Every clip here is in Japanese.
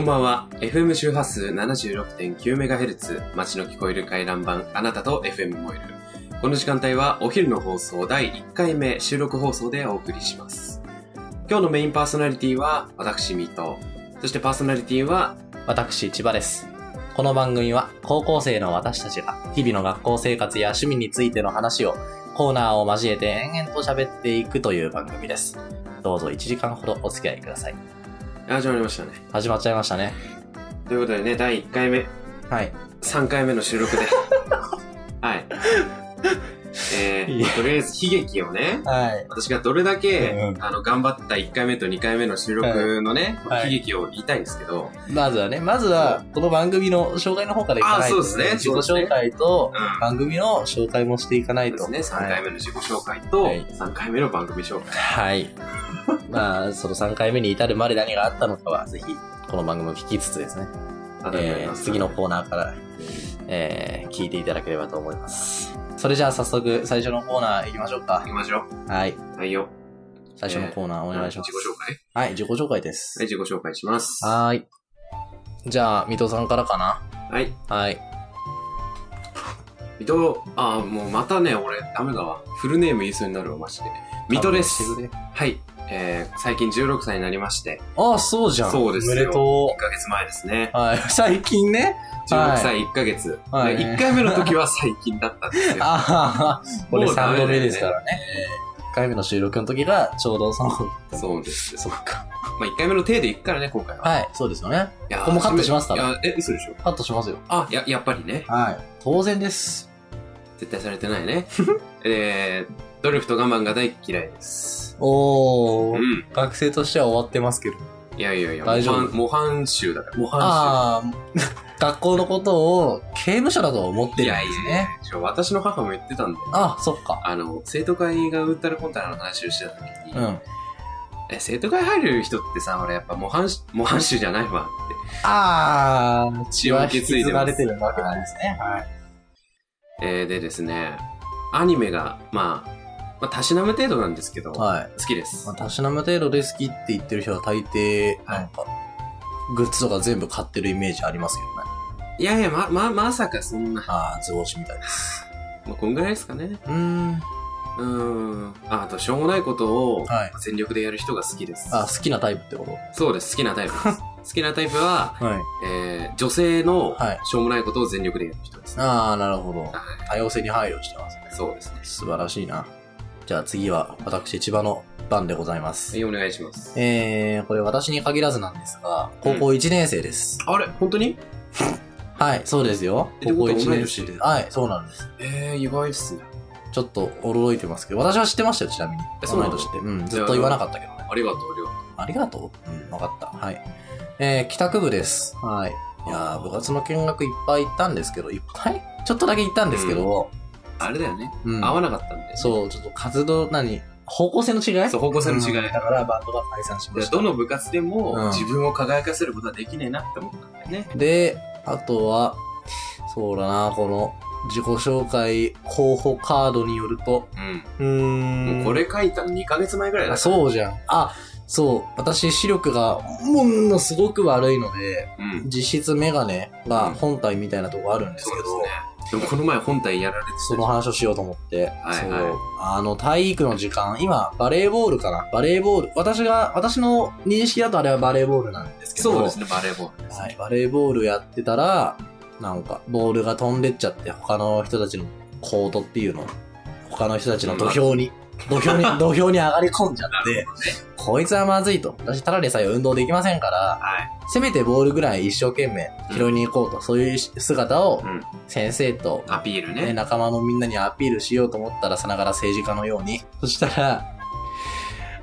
んばんは。FM 周波数 76.9MHz、街の聞こえる回覧板、あなたと FM モイル。この時間帯はお昼の放送第1回目収録放送でお送りします。今日のメインパーソナリティは私、ミート。そしてパーソナリティは、私、千葉です。この番組は高校生の私たちが日々の学校生活や趣味についての話をコーナーを交えて延々と喋っていくという番組です。どうぞ1時間ほどお付き合いください。あ始まりましたね。始まっちゃいましたね。ということでね、第1回目、はい。 3回目の収録 で。はい。えーいやとりあえず悲劇をね、はい。私がどれだけ、うんうんあの、頑張った1回目と2回目の収録のね、はいはい悲劇を言いたいんですけど、まずはね、まずはこの番組の紹介の方からいかないと、あそうですね自己紹介とうん番組の紹介もしていかないそと。うですね、3回目の自己紹介と、はい3回目の番組紹介。はい。 まあ、その3回目に至るまで何があったのかは、ぜひ、この番組を聞きつつですね、ただになりえーます次のコーナーから、えー聞いていただければと思います。それじゃあ早速、最初のコーナー行きましょうか行。きましょはい。う。はいよ。最初のコーナーお願いします。自己紹介ははい、自己紹介でい、。す自己紹介します。は。はーい。じゃあ、水戸さんからかないはい。水戸、あー、もうまたね、俺、ダメだわ。フルネーム言いそうになるわ、マジで。水戸です。勘弁してくれはい。えー、最近16歳になりまして、ああ、そうじゃん。そうですよおめでと1ヶ月前ですね。う。はい。 最近ね。 16歳1ヶ月。はいで1回目の時は最近だったんですよ。ああ、これもうダメ3だ度よね目ですからね。1回目の収録の時がちょうどその、 そうです。そっか。まあ、1回目の手で行くからね、今回は。はい、そうですよね。いやーここもカットしますいや、え、嘘でしょカットしますよ。あ、や、やっぱりね。はい。当然です。絶対されてないね。 えー、努力と我慢が大嫌いです。おうー、ん。学生としては終わってますけど。いやいやいや、模大丈夫範、模範集だから。模範ああ、学校のことを刑務所だと思っ集。てるんですいやね。いや私の母も言ってたんだよ。あ、そっか。あの、生徒会がうんたらこんたらの話をしてた時に、うん。え、生徒会入る人ってさ、俺やっぱ模範、模範集じゃないわって。ああ、血を受け継いでます血は引き継がれてるわけなんですね。はい。えーでですね、アニメが、まあ、まあ、たしなむ程度なんですけど、はい。好きですまあ、。たしなむ程度で好きって言ってる人は大抵、なんか、グッズとか全部買ってるイメージありますけどね。いやいや、ま、ま、まさかそんな。ああ、図星みたいです。まあ、こんぐらいですかね。うーん。はうーん。あ、あと、しょうもないことを、い。全力でやる人が好きです。あ、好きなタイプってことそうです。好きなタイプ です。好きなタイプは、はい。えー、女性のはい、しょうもないことを全力でやる人ですね。ああ、なるほどは。多様性に配慮してますね。そうですね。素晴らしいな。じゃあ次は、私、千葉の番でございまはす。い、お願いします。えー、これ私に限らずなんですが、高校1年生です。あれ本当にはい、そうですよ。え高校ってこと1は同い年年生です。はい、そうなんです。えー、意外ですね。ちょっと驚いてますけど、私は知ってましたよ、ちなみに。えそうなの同い年って。うん、ずっと言わなかったけどね。ありがとう、りょう。ありがとう。うん、わかった。はい。えー、帰宅部です。はい。いやー部活の見学いっぱい行ったんですけど、いっぱいちょっとだけ行ったんですけど、あれだよね。うん合わなかったんで。そう、ちょっと活動、何方向性の違いそう、方向性の違いうん。だからバンドが解散しました。どの部活でもうん自分を輝かせることはできねえなって思ったんだよね。で、あとは、そうだな、この自己紹介候補カードによると、うーん。もうこれ書いたの2ヶ月前ぐらいだあそうじゃん。あ、そう。私、視力がものすごく悪いので、う。うん。実質メガネが本体みたいなとこあるんですそけうど、ですそね。でもこの前本体やられてたの話をしようと思って、いそうはいあの、体育の時間、今、バレーボールかな。バレーボール。私が、私の認識だとあれはバレーボールなんですけど、そうですね、バレーボールです。はい、バレーボールやってたら、なんか、ボールが飛んでっちゃって、他の人たちのコートっていうの、他の人たちの土俵に、土俵に、 土俵に上がり込んじゃって、こいつはまずいと。私、ただでさえ運動できませんから、はせめてボールぐらい一生懸命拾いに行こうと、そういう姿をうん、先生と、アピールね、ね。仲間のみんなにアピールしようと思ったら、さながら政治家のように。そしたら、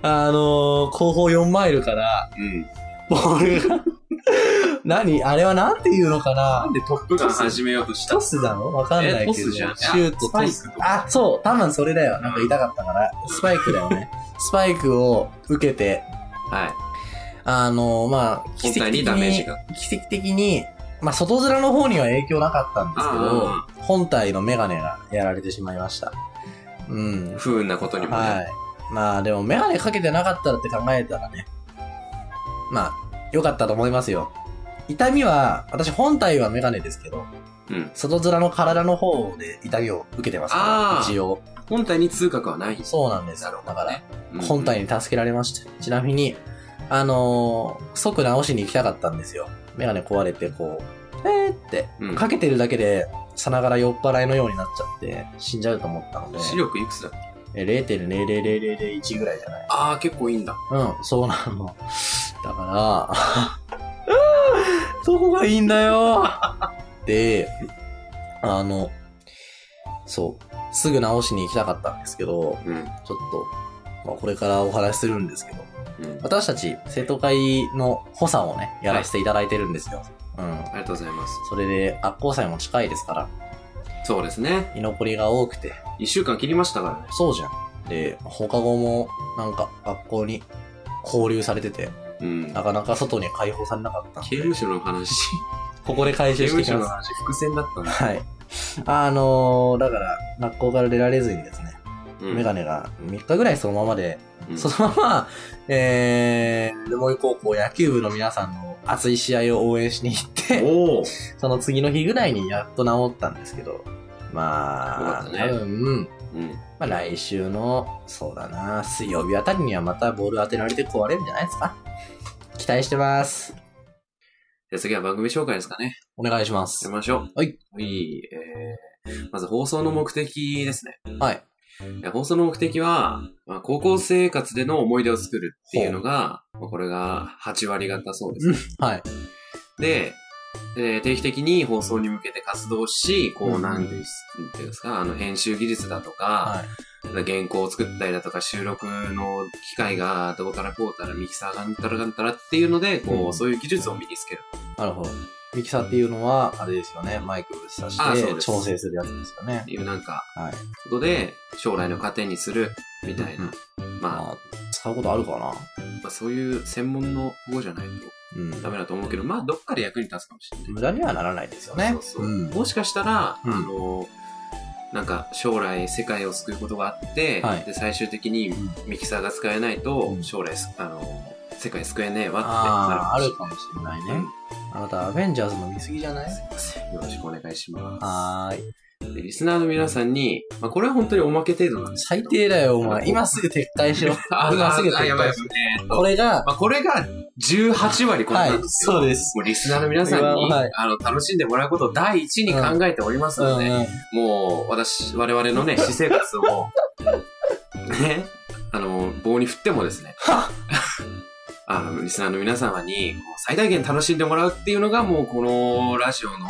あのー後方4マイルから、うん。ボールが 何あれはなんていうのかなでトップガン始めようとしたトスなのわかんないけど。えトスじゃんシュート、あトススパイク。とかあ、そう、多分それだよ。なんか痛かったから。スパイクだよね。スパイクを受けて、はい。あのまあ、奇本体跡的にダメージに、が。奇跡的に、まあ、外面の方には影響なかったあんですけど、本体のメガネがやられてしまいました。うん。不運なことにもね。はい。まあ、でもメガネかけてなかったらって考えたらね、まあ、良かったと思いますよ。痛みは、私本体はメガネですけど、うん。外面の体の方で痛みを受けてますあかーら、一応。本体に痛覚はない。そうなんですなるよほ。だどからね、。本体に。に助けられました。ちなみに、あのー即直しに行きたかったんですよ。メガネ壊れて、こう、えーってうん、かけてるだけで、さながら酔っ払いのようになっちゃって、死んじゃうと思ったので、視力いくつだっけえ0.00001ぐらいじゃないああ、結構いいんだ。うん、そうなの。だ から、どこがいいんだよで、あの、そう、すぐ直しに行きたかったんですけど、うん。ちょっと、まあ、これからお話しするんですけど、うん。私たち生徒会の補佐をね、やらせていただいてるんですよ。うん。ありがとうございます。それで、悪行祭も近いですから、そうですね。居残りが多くて、一週間切りましたからね。そうじゃん。で、放課後も、なんか、学校に交流されてて、うん。なかなか外に解放されなかったん刑で務、所の 話。ここで回刑収し務ていき所のます。話、伏線だったんだ。はい。あのー、だから、学校から出られずにですね、うんメガネが3日ぐらいそのままでうんそのまま、えー、留萌高校野球部の皆さんの熱い試合を応援しに行って、 おお。その次の日ぐらいにやっと治ったんですけど、よかまあ、ったね多分、うん。まあ来週の、そうだな、水曜日あたりにはまたボール当てられて壊れるんじゃないですか期待してます。じゃあ次は番組紹介ですかね。お願いしまやす。りましょう。はい。はい。えー、まず放送の目的ですね。はい。え放送の目的は、まあ、高校生活での思い出を作るっていうのが、まあこれが8割方そうですね。はい。で、えー定期的に放送に向けて活動し、こうう、んなんていうんですか、あの、編集技術だとか、はい。原稿を作ったりだとか、収録の機械がどうたらこうたら、ミキサーがんたらがんたらっていうので、こう、うんそういう技術を身につける。なるほど。ミキサーっていうのは、あれですよね。マイクを差しあそうてです調整するやつですよねっ。ていうなんか、はい。ことで、将来の糧にする、みたいな。ままあ、使うことあるかな。あ、まあ、そういう専門のとこじゃないうんと。ダメだと思うけど、まあ、どっかで役に立つかもしれない。無駄にはならないですよね。そうそううんもしかしたら、うんあのなんか将来世界を救うことがあって、はいで最終的にミキサーが使えないとうん将来す、あの世界救えねえわってああ、なあるるかもしれないねね。あなた、アベンジャーズも見すぎじゃないよろしくお願いしまはーい。すでリスナーの皆さんに、まあ、これは本当におまけ程度なんです。最低だよ、お前。今すぐ撤回しろ あ今すぐ撤ああやばいやば回しろ。いえーっとこれが、まあ、これが18割これはないんで、すよ、そうです。もうリスナーの皆さんに、はいあの楽しんでもらうことを第一に考えておりますうのんで、うん。もう、私、我々のね、私生活を、ね、あの、棒に振ってもですね、 あの、リスナーの皆様に、こう最大限楽しんでもらうっていうのが、もう、このラジオの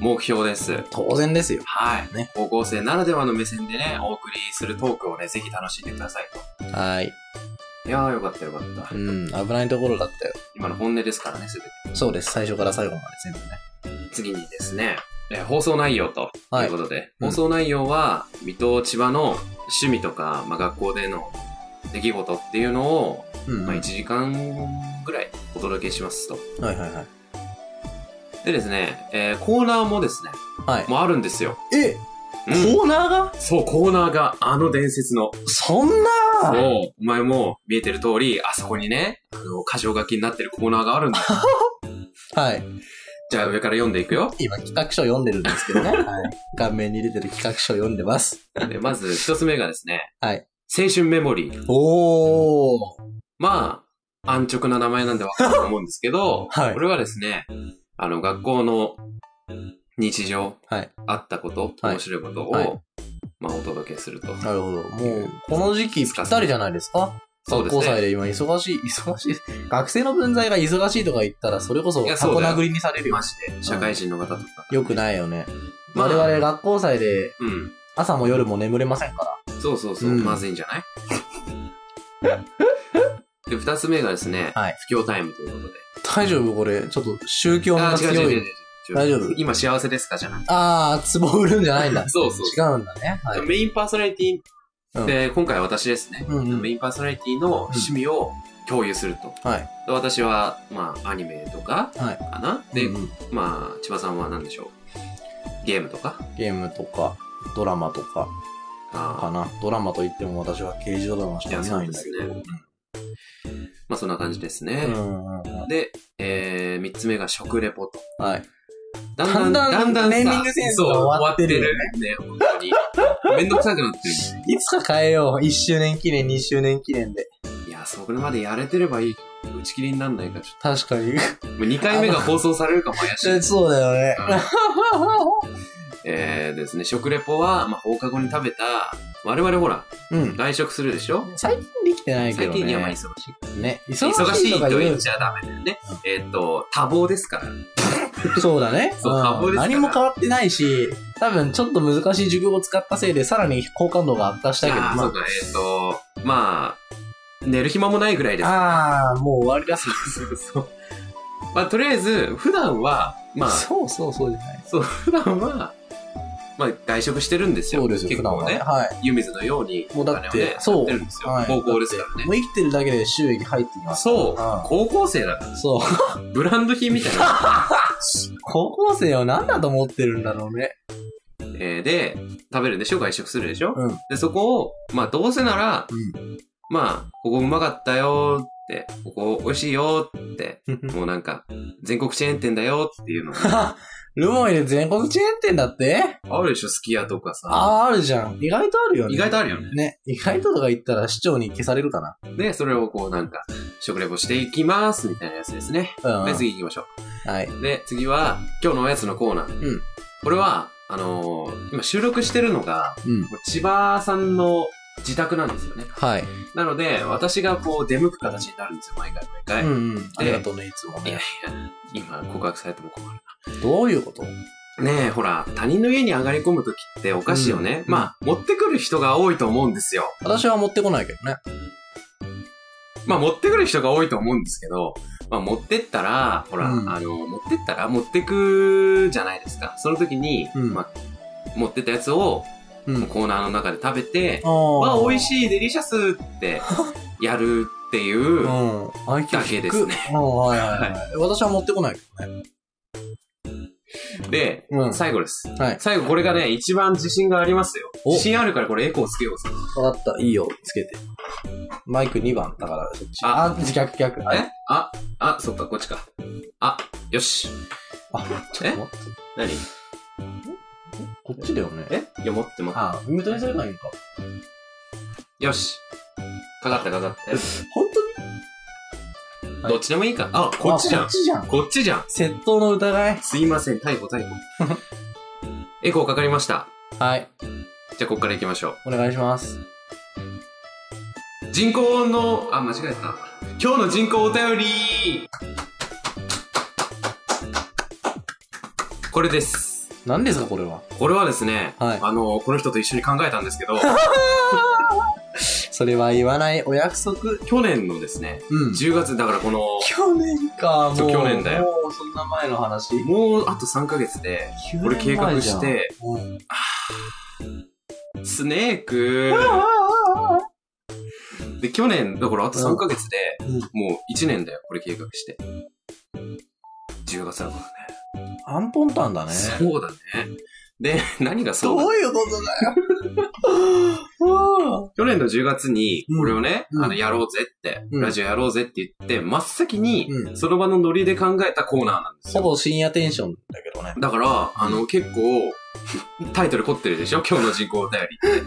目標です。当然ですよ。はい。ね高校生ならではの目線でね、お送りするトークをね、ぜひ楽しんでくださいはい。と。いやー、よかったよかったう。ん、危ないところだったよ。今の本音ですからね、すべて。そうです。最初から最後まで全部ね。次にですね、えー放送内容とはいいうことで、うん放送内容は、水戸千葉の趣味とか、まあ、学校での出来事っていうのを、うん。まあ、はい1時間ぐらいお届けしますと。はいはい。でですね、えーコーナーもですね、はもうあるんですよ。い。えうんコーナーがそう、コーナーがあの伝説の。そんなそう、お前も見えてる通り、あそこにね、あの、箇条書きになってるコーナーがあるんだ。はい。じゃあ上から読んでいくよ。今、企画書読んでるんですけ どね。はい。画面に出てる企画書読んでます。でまず一つ目がですね、はい青春メモリー。おー。、まあ、安直な名前なんでわかると思うんですけど はいこれはですね、あの、学校の日常、はい。あったこと、はい面白いことを、はいまあ、お届けすると。なるほど。もう、この時期ぴったりじゃないですかそうです高ね。祭で今忙しい、忙しい。学生の分際が忙しいとか言ったら、それこそいやタそうコだよ殴りにされるよマ。ジで、社会人の方とか。よくないよね。まあ我々学校祭でうん。朝も夜も眠れませんから。そうそうそう、うんまずいんじゃない で、二つ目がですね、はい不況タイムということで。大丈夫これ、ちょっと宗教あがー、違う違強う違う違うい。。大丈夫今幸せですかじゃなくて。あー、壺売るんじゃないんだ。そうそう違うんだね。はい。メインパーソナリティで、今回は私ですね、うんうんメインパーソナリティの趣味を共有すると。はい。で私は、まあ、アニメとかはい。かな。で、うんうんまあ、千葉さんは何でしょう。ゲームとかゲームとか、ドラマとか、かあな。ドラマといっても私は刑事ドラマしーか見ないんだけど。ね。まあそんな感じですねう。んうんうん。で、えー、3つ目が食レポと。はい。だんだん、だだんんだだんんネーさ、ミングセンスがそう、終終わわっっててるるよねね、本当に。めんどくさくなってる。いつか変えよう。1周年記念、2周年記念で。いや、そこまでやれてればいいけど打ち切りになんないから、ちょ確かに。っと。もう2回目が放送されるかも怪しい。 そうだよね。えーですね、食レポは、まあ、放課後に食べた、我々ほら、うん。外食するでしょ最近できてないけ最どね。近にはまあ忙しい。ね。忙しいとかと言言うっちゃダメだよね。えーっと、多忙ですから。そうだね。そう多忙んですから何も変わってないし、多分ちょっと難しい熟語を使ったせいで、さらに好感度が悪化したけど、あーそうか、えーっと、まあ、寝る暇もないぐらいですからあ、あー、もう終わりだす。 そうそう。まあ、とりあえず、普段は、まあ、そうそうそうじゃない。そう、普段は、まあ、外食してるんですよ。そうですよ、結普段構はね。ね、はい。湯水のように、もうだってお金をねそうやってるんですよ。はい高校ですからね。もう生きてるだけで収益入ってきます。そう、うん高校生だから。そう。 ブランド品みたいな。高校生は何だと思ってるんだろうね。えーで、食べるでしょ外食するでしょ、うんで、そこを、まあ、どうせなら、うん。まあ、ここうまかったよって、ここ美味しいよって、もうなんか、全国チェーン店だよっていうのが ルモイで全国チェーン店だってあるでしょすき家とかさ。ああ、あるじゃん。意外とあるよね。意外とあるよね。ね。意外ととか言ったら市長に消されるかな。で、それをこうなんか、食レポしていきます、みたいなやつですね。うん。で、次行きましょはい。う。で、次は、今日のおやつのコーナー。うんこれは、あのー今収録してるのが、うん。千葉さんの自宅なんですよね。はい。なので、私がこう出向く形になるんですよ、毎回毎回。うんうん。ありがとうね、いついもやねい。や、今告白されても困る。どういうことねえ、ほら、他人の家に上がり込むときってお菓子をね、うんまあ、持ってくる人が多いと思うんですよ。私は持ってこないけどね。まあ持ってくる人が多いと思うんですけど、まあ持ってったら、ほら、うんあの、持ってったら持ってくじゃないですか。その時に、うんまあ、持ってったやつをうもう。コーナーの中で食べて、あわあ、美味い。しい、デリシャス ってやるっていうう、ん。あいだけですね。うん、はいはいはい。私は持ってこないけどね。で、うん最後です。はい。最後これがね、一番自信がありますよ。お自信あるからこれエコーつけようぜ。わかった。いいよ。つけて。マイク2番だから、そっち。ああ、逆逆。あれえあ、あ、そっか、こっちか。あ、よし。あ、ちょっと待って。何こっちだよね。えいや、持ってまあ、認めされないのか。よし。かかったかかった。本当にはいどっちでもいいか。あ、こっちじゃあんこっ。ちじゃん。こっちじゃん。窃盗の疑い。すいません、逮捕逮捕。 エコーかかりました。はい。じゃあ、こっから行きましょお願いします。う。人口の、あ、間違えた。今日の人口お便りこれです。何ですか、これは。これはですね、はいあの、この人と一緒に考えたんですけど、 それは言わないお約束。去年のですね、うん10月、だからこの、去年か、そうもう。去年だよもう、そんな前の話。もうあと3ヶ月で、これ計画して、うん。スネーク、で、去年、だからあと3ヶ月で、うんもう1年だよ、これ計画して。10月だからね。アンポンタンだね。そうだね。で、 何がそうどだういうことだ よ。去年の10月に、うんこれをね、うんあの、やろうぜって、うんラジオやろうぜって言って、真っ先に、うその場のノリで考えたコーナーなんですほよ。ぼ深夜テンションだけどね。だから、あの、結構、タイトル凝ってるでしょ今日の人口お便りって。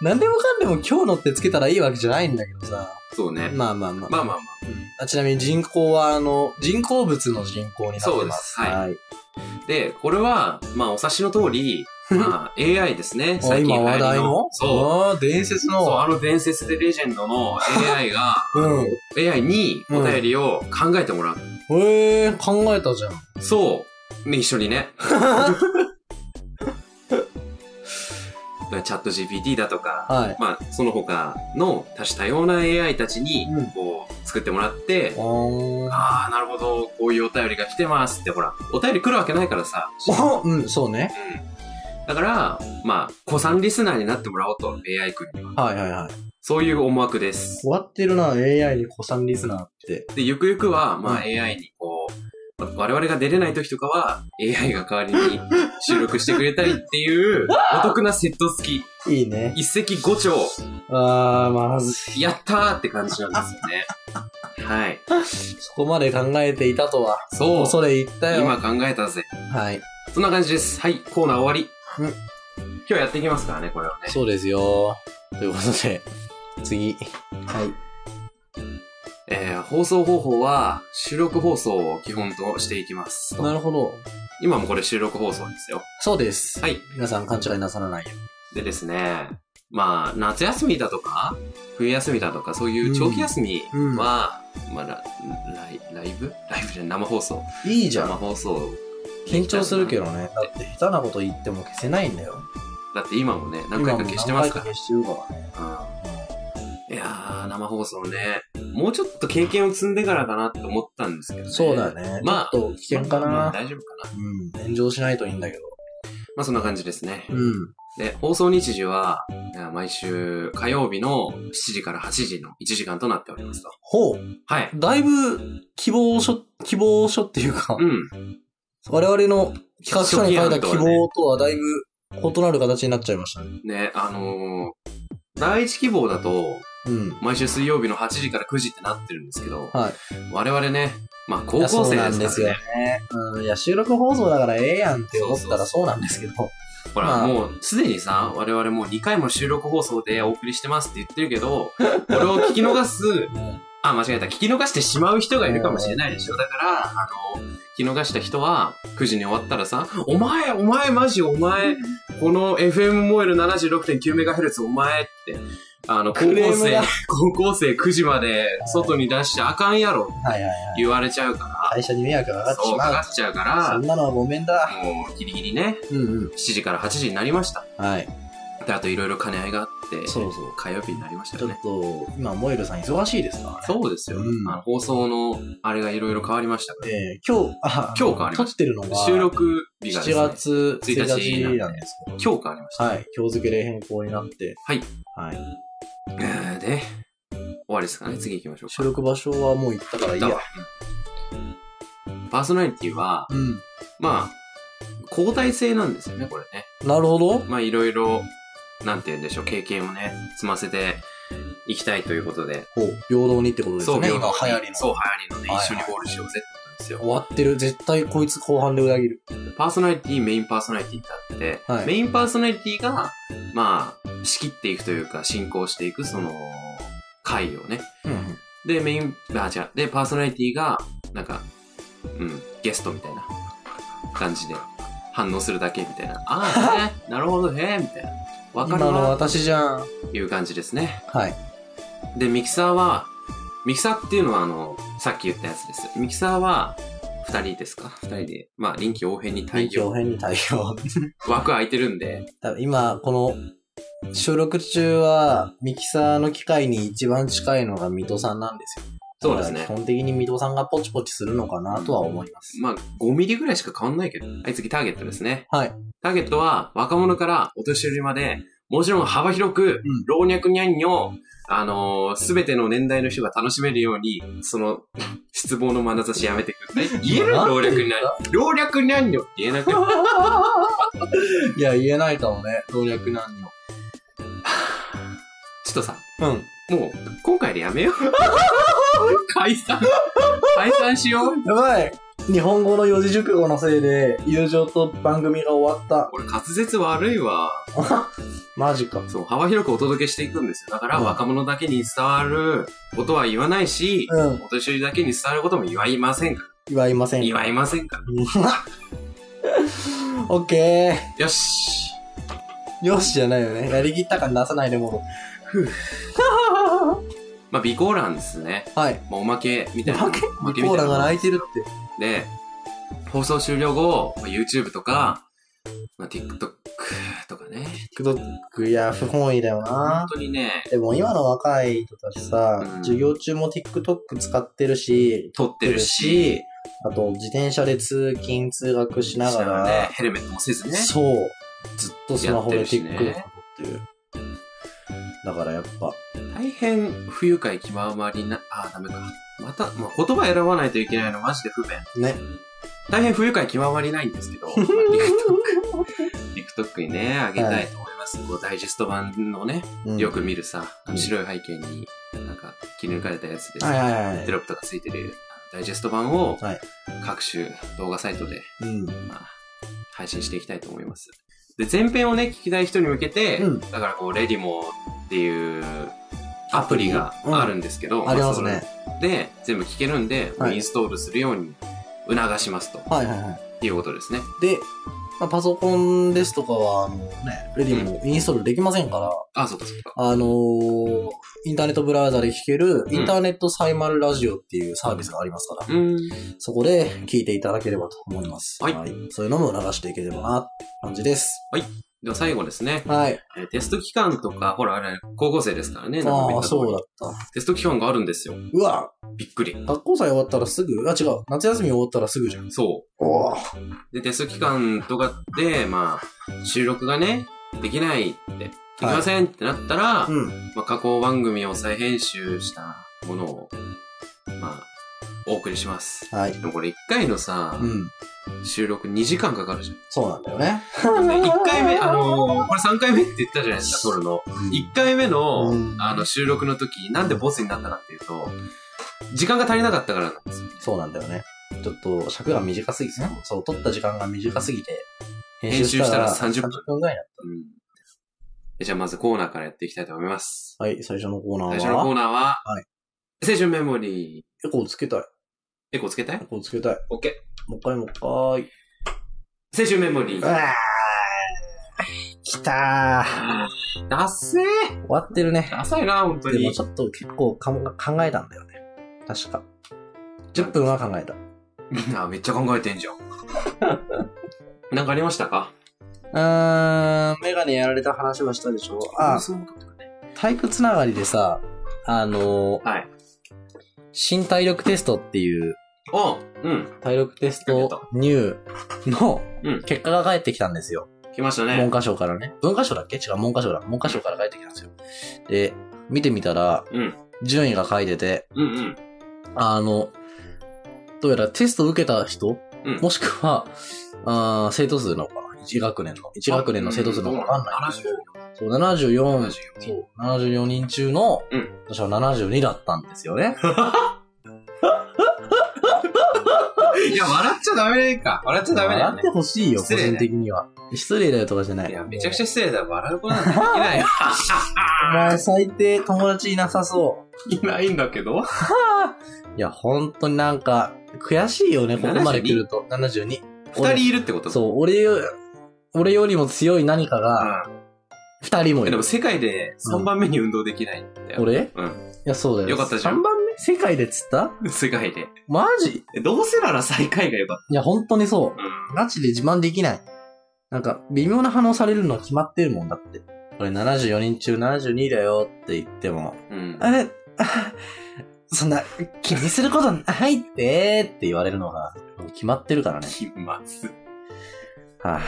なんでもかんでも今日のってつけたらいいわけじゃないんだけどさ。そうね。まあまあまあ。まあまあまあ。あちなみに人口は、あの、人工物の人口になってます。。そうですはいで、これは、まあ、お察しの通り、まあ、AI です ね。あ最近今流行り話題のそう。あー伝説そう、の。あの伝説でレジェンドの AI が、 うん。 AI にお便りを考えてもらう。へえー、考えたじゃん。そう。ね、一緒にね。 チャット GPT だとか、はい。まあ、その他の多種多様な AI たちにうん、こう、作ってもらって、おーああ、なるほど、こういうお便りが来てますって、ほら、お便り来るわけないからさ。おうん、そうね。だから、まあ、子さんリスナーになってもらおうと、AI 君には。はいはいはい。そういう思惑です。終わってるな、AI に子さんリスナーって。で、ゆくゆくは、まあ、うん AI にこう、まあ我々が出れない時とかは、AI が代わりに収録してくれたりっていう、 お得なセット付き、いいね。一石五鳥、あー、まずい。やったーって感じなんですよね。はい。そこまで考えていたとは。そう。恐れ言ったよ。今考えたぜ。はい。そんな感じです。はい、コーナー終わり。うん今日やっていきますからね、これはね。そうですよ。ということで、次。はい。えー、放送方法は、収録放送を基本としていきますと。なるほど。今もこれ収録放送ですよ。そうです。はい。皆さん勘違いなさらないよでですね、まあ、夏休みだとか、冬休みだとか、そういう長期休みうんうんは、まあ、ラライライブライブじゃない生放送。うに。いいじゃ生ん。放送。緊張するけどね。だって下手なこと言っても消せないんだよ。だって今もね、何回か消してますか今も何回消してるからね。ら。うんいやー、生放送ね、もうちょっと経験を積んでからかなって思ったんですけどね。そうだよね。まあちょっと危険かまあまあな。大丈夫かな。うん。炎上しないといいんだけど。まあそんな感じですね。うん。で、放送日時は、えー毎週火曜日の7時から8時の1時間となっておりますと。ほう。はい。だいぶ、希望書、希望書っていうか、うん。我々の企画書に書いた希初期案とはね望とはだいぶ異なる形になっちゃいましたね。ね、あのー第一希望だと、うん。毎週水曜日の8時から9時ってなってるんですけど、はい。我々ね、まあ高いや校そう生なんでですすかよらねね。。うん。いや、収録放送だからええやんって思ったらそうなんですけど。ほら、まあもうすでにさ、我々もう2回も収録放送でお送りしてますって言ってるけど、 これを聞き逃す、あ、間違えた。聞き逃してしまう人がいるかもしれないでしょ。だから、あの、聞き逃した人は、9時に終わったらさ、お前、お前、マジお前、この FM モエル 76.9MHz お前って、あの、高クレ校ーム生が、高校生9時まで外に出してあかんやろはいはいはい。言われちゃうか、会社に迷惑がからかってしそうかまかう。っちゃうかそらん、なのはごめんだ。もうギリギリね、うんうん。 7時から8時になりました。はい。で、あといろいろ兼ね合いがあって、そうそう火曜日になりましたちよょっね。と、今、モエルさん忙しいですからね。そうですよ。うんあの放送の、あれがいろいろ変わりましたから。えー今日、あ今日変わりました撮ってるのが、収録日がです7ね、月1 1日日なんですけ今ど、日変わりました。はい、今日付で変更になって、はい。はい。えーで、終わりですかね。次行きましょうか。収録場所はもう行ったからいいやだ。わうんパーソナリティは、うん。まあ、交代制なんですよね、これね。なるほど。まあ、いろいろ、なんて言うんでしょう、経験をね、積ませていきたいということで。お平等にってことですそよう、ね。平今等流に行りの。そう、流行りのね、はいはい一緒にゴールしようぜってことですよ。終わってる。絶対こいつ後半で裏切る。パーソナリティ、メインパーソナリティってあって、はいメインパーソナリティが、まあ、仕切っていくというか、進行していく、その、会をね。うん。で、メイン、あ、違う。で、パーソナリティが、なんか、うん、ゲストみたいな感じで、反応するだけみたいな。ああ、 ね、なるほど、へえ、みたいな。わか今るのわ、私じゃん。いう感じですね。はい。で、ミキサーは、ミキサーっていうのは、あの、さっき言ったやつです。ミキサーは、二人ですか二人で。まあ、臨機応変に対臨機応応。変に対応。枠空いてるんで、 多分今、この、収録中は、ミキサーの機械に一番近いのが水戸さんなんですよ。そうですねだから基本的に水戸さんがポチポチするのかなとは思います。まあ、5ミリぐらいしか変わんないけど。はい、次ターゲットですね。はい。 ターゲットは、若者からお年寄りまで、もちろん幅広く、うん老若にゃんにょ、あのす、べての年代の人が楽しめるように、その、失望の眼差しやめてください。言える今老なん若てに言ゃっん老若にゃんにょって言えなくて。いや、言えないかもね。老若男女。ちょっとさ、うん。もう、今回でやめ よう。解散。解散しよう。やばい日本語の四字熟語のせいで、友情と番組が終わった。俺、滑舌悪いわ。マジか。そう、幅広くお届けしていくんですよ。だから、うん若者だけに伝わることは言わないし、うん。お年寄りだけに伝わることも言わいませんから。祝いません。言わいませんから。 オッケよしー。よしじゃないよね。やりきった感出さないでもう。まあ、備考欄ですね。はい。まあ、おまけみたいな。おまけおまけみコたーいなもラがん泣いてるって。で、放送終了後、まあ YouTube とか、まあ、TikTok とかね。クドックや不本意だよ本な。当にね、でも今の若い人たちさ、うん授業中も TikTok 使ってるし、撮ってるし、あと自転車で通勤通学しながら、ね、ヘルメットもせずね。そう。ずっとスマホでやってるしね TikTok 撮ってる。だからやっぱ、大変不愉快気ままにな、あー、ダメか。また、まあ、言葉選ばないといけないのマジで不便。ね。大変不愉快極まりないんです けど、まあ TikTok, TikTok にね、あげたいと思います。こうダイジェスト版のね、うん よく見るさ、あのうん白い背景に、なんか、か切り抜かれたやつです、はいはいはいテ。ロップとかついてるダイジェスト版をはい各種動画サイトで、うん。まあ、配信していきたいと思います。で、前編をね、聞きたい人に向けて、うんだからこう、レディモっていうアプリがあるんですけど、ありますね。あそれで、全部聞けるんで、はいインストールするように促しますとはいはいはい。いうことですね。で、まあ、パソコンですとかは、あのね、レディもインストールできませんから、あ、そっかそっか。あのーインターネットブラウザで聴ける、んインターネットサイマルラジオっていうサービスがありますかうら、ん。そこで聞いていただければと思います。はいそういうのも流していければな、って感じです。では最後ですね、はい。えーテスト期間とか、ほら、あれ、高校生ですからね、なんかみんなああ、そうだった。テスト期間があるんですよ。うわびっくり。学校祭終わったらすぐあ、違う。夏休み終わったらすぐじゃん。そおう。で、テスト期間とかで、まあ、収録がね、できないって、できませんってなったら、うん。まあ、加工番組を再編集したものを、まあ、お送りします。はい。でもこれ1回のさう、ん。収録2時間かかるじそうなんだよね。ゃん。1回目、あの ーこれ3回目って言ったじゃないですか、撮るの。1回目の、うんあの、収録の時、なんでボツになったかっていうと、時間が足りなかったからなんですよ。そうなんだよね。ちょっと尺が短すぎて、そう、撮った時間が短すぎて、編集したら30分ぐらいだっうんえじゃあまずコーナーからやっていきたいと思います。た。はい、最初のコーナーは。最初のコーナーは、はい青春メモリエコーつけたい。ー。エコーつけたいエコーつけたい。 ?OK。もう一回もう一回。青春メモリー。わー来たーダッセー終わってるね。ダサいな、本当でもにち。ょっと結構かも考えたんだよね。確か。10分は考えた。あ、めっちゃ考えてんじ ゃん。なんかありましたかうーん、メガネやられた話はしたでしょあ、そうか体育つながりでさ、あのーはい。新体力テストっていう、おうん。体力テスト入のうん結果が返ってきたんですよ。来ました文ね。科省からね。文科省だっけ違う、文科省だ。文科省から返ってきたんですよ。で、見てみたら、うん。順位が書いてて、うんうん。あの、どうやらテスト受けた人、うんもしくは、あー生徒数なのかな ?1 学年の。1学年の生徒数なのかわかんない。ない。そう、74、 74そう、74人中の、うん私は72だったんですよね。いや、笑っちゃダメか。笑っちゃ ダメだよ笑っねて。ほしいよ、個失礼ね人的には。失礼だよとかじゃない。いや、めちゃくちゃ失礼だ。笑うことなんてできないよ。お前最低友達いなさそいないんだけど。う。いや、ほんとになんか、悔しいよね、ここまで来ると。72。二人いるってこと俺そう、俺よ、俺よりも強い何かが、う二人もん。いでるも。世界で3番目に運動できないんだよ。俺うんいや、そうだよ。よかったじゃん3番目世界でっつった世界で。マジえどうせなら最下位がよかっいや、ほんとにそた。うん。う。ガチで自慢できない。なんか、微妙な反応されるのは決まってるもんだって。俺74人中72だよって言っても、うん。あれ、あ そんな、気にすることないってって言われるのが、もう決まってるからね。気まず。は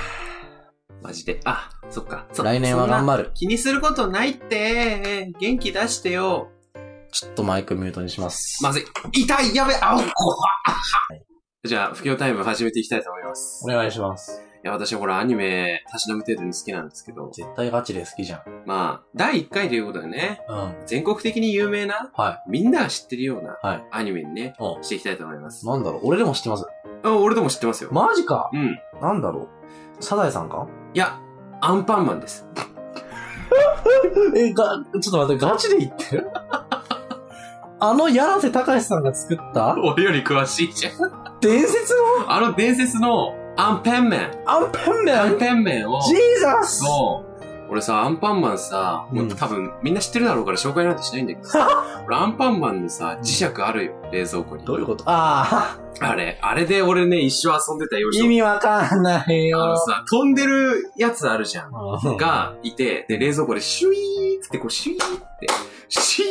マジで。あ、そっか。あ、そ来年は頑る。張る。気にすることないって、元気出してよ。ちょっとマイクミュートにします。まずい。痛いやべあおこわじゃあ、不況タイム始めていきたいと思います。おい願いします。や、私はほら、アニメ、たしなむ程度に好きなんですけど、絶対ガチで好きじゃん。まあ、第1回ということでね、うん。はい。全国的に有名な、は。みんなが知ってるようないアニメにね、うしていきたいと思います。なんだろう俺でも知ってます。あ、俺でも知ってますよ。マジかうん。なんだろうサザエさんかいや、アンパンマンです。 え、が、ちょっと待って、ガチで言ってる あの柳瀬隆さんが作った俺より詳しいじゃん。伝説のあの伝説のアンパンマン。アンパンアマンンパンマンを、ジーザスそう。俺さ、アンパンマンさ、もううん多分みんな知ってるだろうから紹介なんてしないんだけど さ、俺アンパンマンのさ、磁石あるよ、冷蔵庫に。どういうことああ、あれ、あれで俺ね、一生遊んでたよ、意味わかんないあのよ。さ、飛んでるやつあるじゃん。うんがいて、で、冷蔵庫でシュイーってこう、シュイーって、シュイ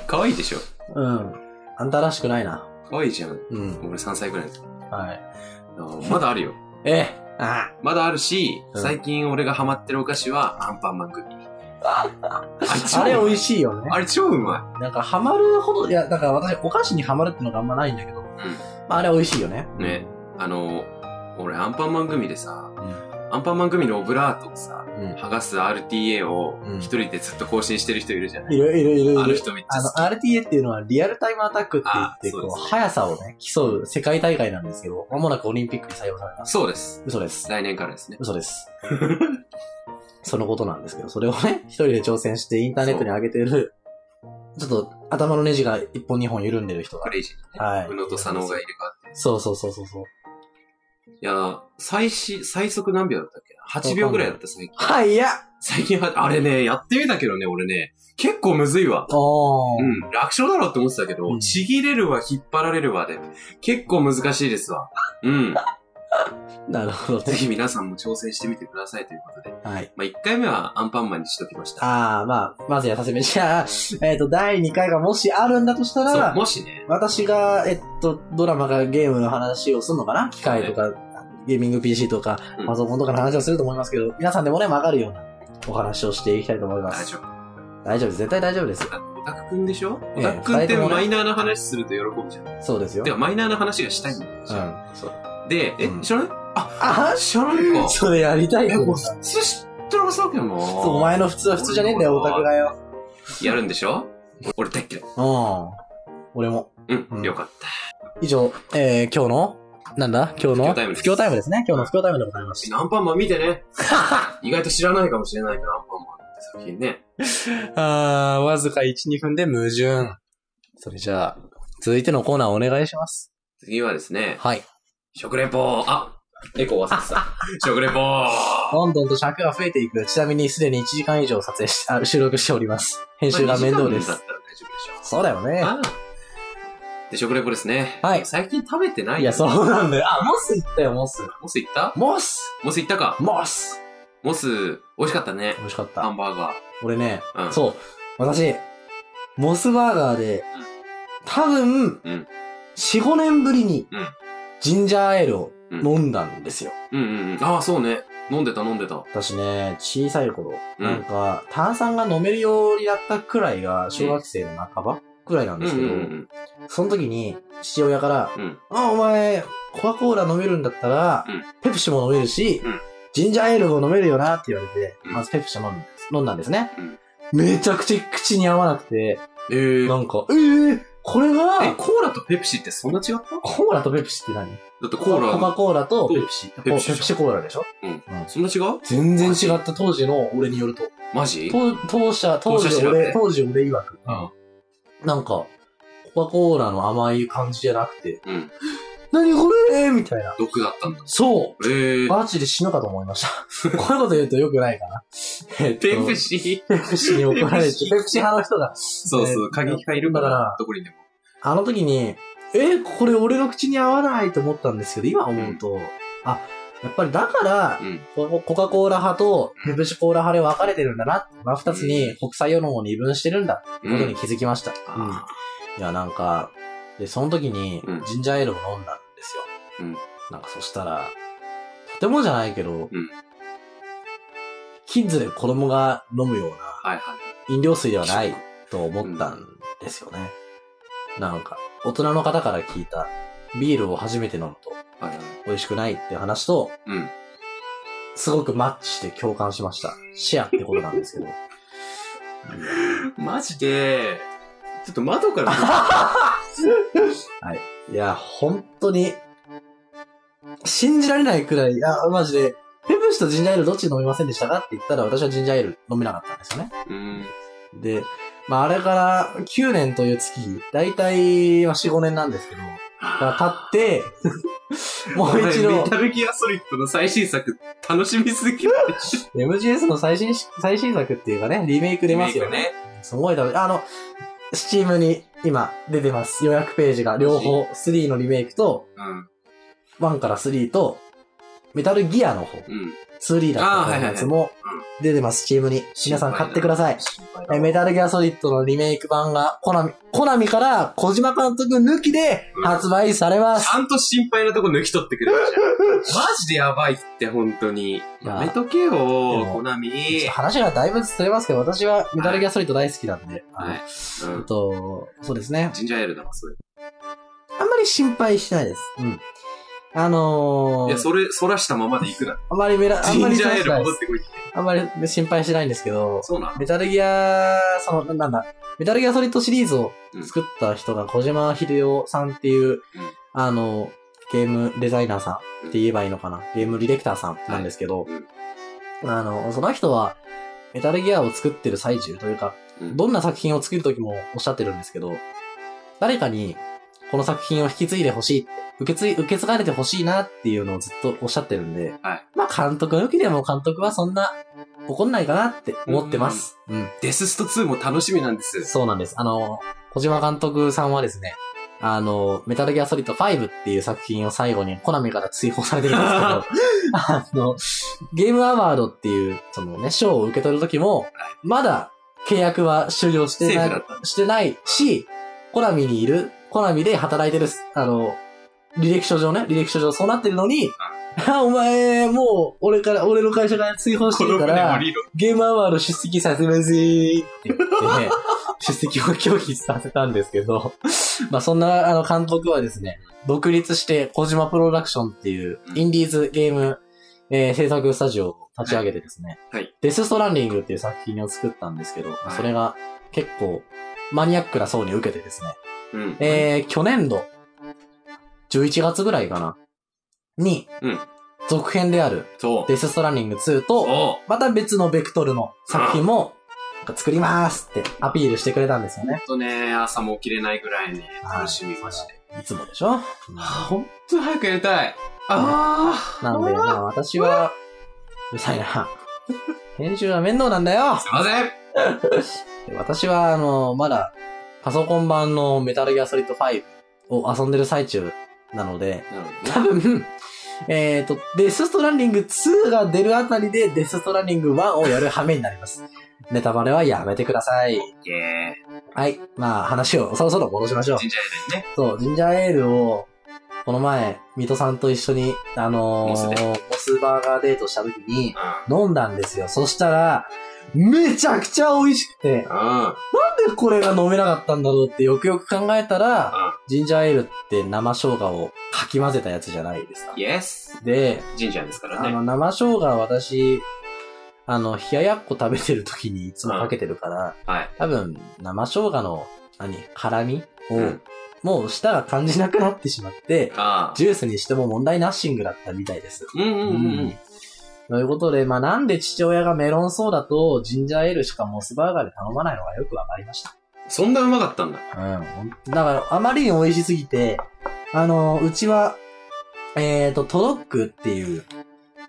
ーかわいいでしょうん。あんたらしくないな。かわいいじゃん。うん。俺3歳ぐらいの時はい。あのまだあるよ。え、あまだあるし、うん最近俺がハマってるお菓子はアンパンマングミ。ああれ美い味しいよね。あれ超うまなんかハマるほど、いや、だから私お菓子にハマるってのがあんまないんだけど、まああれ美味しいよね。い。ね。あの、俺アンパンマングミでさ、うん。アンパンマングミのオブラートをさ、うん。剥がす RTA をうん一人でずっと更新してる人いるじゃない、いろいろいろいろ。あの人めっちゃあ好のき。、 RTA っていうのはリアルタイムアタックって言って、あそうこですう、速さをね、競う世界大会なんですけど、まもなくオリンピックに採用されます。そうです。嘘です。来年からですね。嘘です。そのことなんですけど、それをね、 一人で挑戦してインターネットに上げてる、ちょっと頭のネジが一本二本緩んでる人クが。レイジーにね。はい。宇野と佐野が入れ替わって。そうそうそうそうそう。いやー、最し、最速何秒だったっけ ?8 秒ぐらいだった、最近。 はい、いや最近は、あれね、やってみたけどね、俺ね、結構むずいわ。おー。うん、楽勝だろうって思ってたけど、うんちぎれるわ、引っ張られるわで、結構難しいですわ。 うん。なるほどぜね。ひ皆さんも挑戦してみてくださいということで。はい。まあ、1回目はアンパンマンにしときました。あー、まあ、まずやさせめ。じゃあ、 えっ、と、第2回がもしあるんだとしたそう、ら、もしね、私が、えっと、ドラマかゲームの話をするのかな機械とか、ゲーミング PC とかう、んパソコンとかの話をすると思いますけど、皆さんでもね、曲がるようなお話をしていきたいと思いま大す。丈夫。大丈夫です。絶対大丈夫です。だってオタクくんでしょえオえタクくんっ二て人ともねマイナーな話すると喜ぶじゃん。そうですよ。でうは、マイナーな話がしたいんだよ。ん。そう。で、えう、ん知らないあ知らないかは。それやりたいえ、よもう。普通知ってるさけどな。そう、お前の普通は普通じゃねえんだよ、オタクがよ。やるんでしょ俺大っ嫌い。うん。俺も。う、うんんよかった。以上、えー、今日の、なんだ今日の不況タイムです不況タイムですね。今日の不況タイムでございまみすん。なアンパンマン見て ね。意外と知らないかもしれないから、アンパンマンって作品ね。あー、わずか1、2分で矛盾。それじゃあ、続いてのコーナーお願いします。次はですね、はい。食レポあ、エコー忘れて た。食レポどんどんと尺が増えていく。ちなみにすでに1時間以上撮影し、あ収録しております。編集が面倒でまあす2時間だっ。たら大丈夫でしょそうだよね。あで、食レポですね。はい最近食べてない。いや、そううなんだよ。あ、モス行ったよ、モス。モス行ったモスモス行ったか。モスモス、美味しかったね美。味しかっハた。ンバーガ俺ね、ー。うん。そう、私、モスバーガーで、多分、うん4、5年ぶりにうん、ジンジャーエールを飲んだんですよ。うんうんうん。ああ、そうね。飲んでた飲んでた。私ね、小さい頃、うんなんか、炭酸が飲めるようになったくらいが、小学生の半ばくらいなんうんでうんすけうど、んその時に、父親から、うん。うん。あ、お前、コアコーラ飲めるんだったら、うんペプシも飲めるし、うんジンジャーエールも飲めるよなって言われて、うんまずペプシ飲んだ飲んだんですね。めちゃくちゃ口に合わなくて、えーなんか、ええこれえ、が、コーラとペプシってそんな違っただコーラとペプシって何ってコーコカ・ラ、コーラとペプシ。うんペペププシシペプシコーラでしょそんな違う全然違った当時の俺によると。マジ当当社、当当社時調俺、べ当時俺曰く、なんか、コカ・コーラの甘い感じじゃなくて、うん。何これみたいな。毒だったんだ。そうえー。マジで死ぬかと思いました。 こういうこと言うと良くないかな。えっとペプシペプシに怒らペプれて、シペプシ派の人が、そうそう、過激派いるかだからら、どこにでも。あの時に、え、これ俺の口に合わないと思ったんですけど、今思うと、あ、やっぱりだからう、ん。ココカ・コーラ派とペプシコーラ派で分かれてるんだな。まあ、二つに国際世論を二分してるんだ。ってことに気づきました。うんあいや、なんか、で、その時にうん、ジンジャーエールを飲んだんですよ。うんなんかそしたら、とてもじゃないけど、うんキッズで子供が飲むようなーはいはい。飲料水ではないと思ったんですよね。なんか、大人の方から聞いた、ビールを初めて飲むとはいはい。美味しくないっていう話と、うん。すごくマッチして共感しました。シェアってことなんですけど。マジで、ちょっと窓 から、いや、本当に、信じられないくらい、あ、マジで、ペプシとジンジャーエールどっち飲みませんでしたかって言ったら、私はジンジャーエール飲めなかったんですよね。うん。で、まあ、あれから9年という月、だいたい4、5年なんですけど、が 経って、もう一俺度メ、タルギアソリッドの最新作、楽しみすぎる。 MGS の最新し、最新作っていうかね、リメイク出ますよリメイね。クね。すごい楽しい。あの、スチームに今出てます。予約ページが両方、3のリメイクと、うん。 1から3と、メタルギアの方、うん。 2D だったあーはいはいはいやつも出てます、チームに。皆さん買ってください。心配だえメタルギアソリッドのリメイク版が、コナミ、コナミから小島監督抜きでうん発売されます。 ちゃんと心配なとこ抜き取ってくれるじゃん。マジでやばいって、本当に。やめとけよ、もコナミ。ちょっと話がだいぶずれますけど、私はメタルギアソリッド大好きなんで、あのはい。うえっん。と、そうですね。ジンジャーエールだわ、それ。あんまり心配しないです。うん。あのいや、ー、それ、そらしたままで行くな。あんまりメラ、あんジまンりジャーエーしなルいで戻っす。てこいって。あんまり心配しないんですけど、そうなんメタルギア、その、ななんだ、メタルギアソリッドシリーズを作った人が小島秀夫さんっていう、あの、ゲームデザイナーさんって言えばいいのかな、ゲームディレクターさんなんですけど、はいうんあの、その人は、メタルギアを作ってる最中というか、うん。どんな作品を作るときもおっしゃってるんですけど、誰かにこの作品を引き継いでほしい、受け継い、受け継がれてほしいなっていうのをずっとおっしゃってるんで、はいまあ監督抜きでも監督はそんな怒んないかなって思ってます。うん。デススト2も楽しみなんです。そうなんです。あの、小島監督さんはですね、あの、メタルギアソリッド5っていう作品を最後にコナミから追放されてるんで すけど、あの、ゲームアワードっていう、そのね、賞を受け取るときも、まだ契約は終了してセーなフだっい、たんでしてないし、コナミにいる、コナミで働いてる、あの、履歴書上ね、履歴書上そうなってるのに、あ、お前、もう、俺から、俺の会社から追放す。してこのるか船ら降、りろ。ゲームアワード出席させませんって言って、ね、出席を拒否させたんですけど、 まあそんなあの監督はですね、独立して小島プロダクションっていううんインディーズゲーム、えー制作スタジオを立ち上げてですね、はいデスストランディングっていう作品を作ったんですけど、はいそれが結構マニアックな層に受けてですね、うん。えー、去年度、11月ぐらいかな、に、うん続編であるそう。デスストランディング2と、そまた別のベクトルの作品も、なんか作りますってアピールしてくれたんですよう。ね。ほんとね、朝も起きれないぐらいね、はい楽しみまして。いつもでしょはあほんと早くやりたい。ああ。なんで、まあ私は、うるさいな。 編集は面倒なんだよすいません。私は、あの、まだ、パソコン版のメタルギアソリッド5を遊んでる最中なので、 なるほどね多分、えっ、と、デスストランディング2が出るあたりでデスストランディング1をやる羽目になります。ネタバレはやめてください。オッケー。はい。まあ、話をそろそろ戻しましょう。神社エレンね。そう、ジンジャーエールを、この前、水戸さんと一緒に、あのー、モスでモスバーガーデートした時にう、ん。飲んだんですよ。そしたら、めちゃくちゃ美味しくて、うん。なんでこれが飲めなかったんだろうってよくよく考えたうんら、ジンジャーエールって生生姜をかき混ぜたやつじゃないですか。イエス。で、神社ですからあね。の、生生姜は私、あの、冷ややっこ食べてる時にいつもかけてるから、はい。多分、生生姜の、何、辛みを、うんもう舌が感じなくなってしまって、ああ。ジュースにしても問題ナッシングだったみたいです。うんうんうんううんん。ということで、まあなんで父親がメロンソーダとジンジャーエールしかモスバーガーで頼まないのがよくわかりました。そんなうまかったんだ。うん。ほんだから、あまりに美味しすぎて、あの、うちは、えっ、と、トロックっていう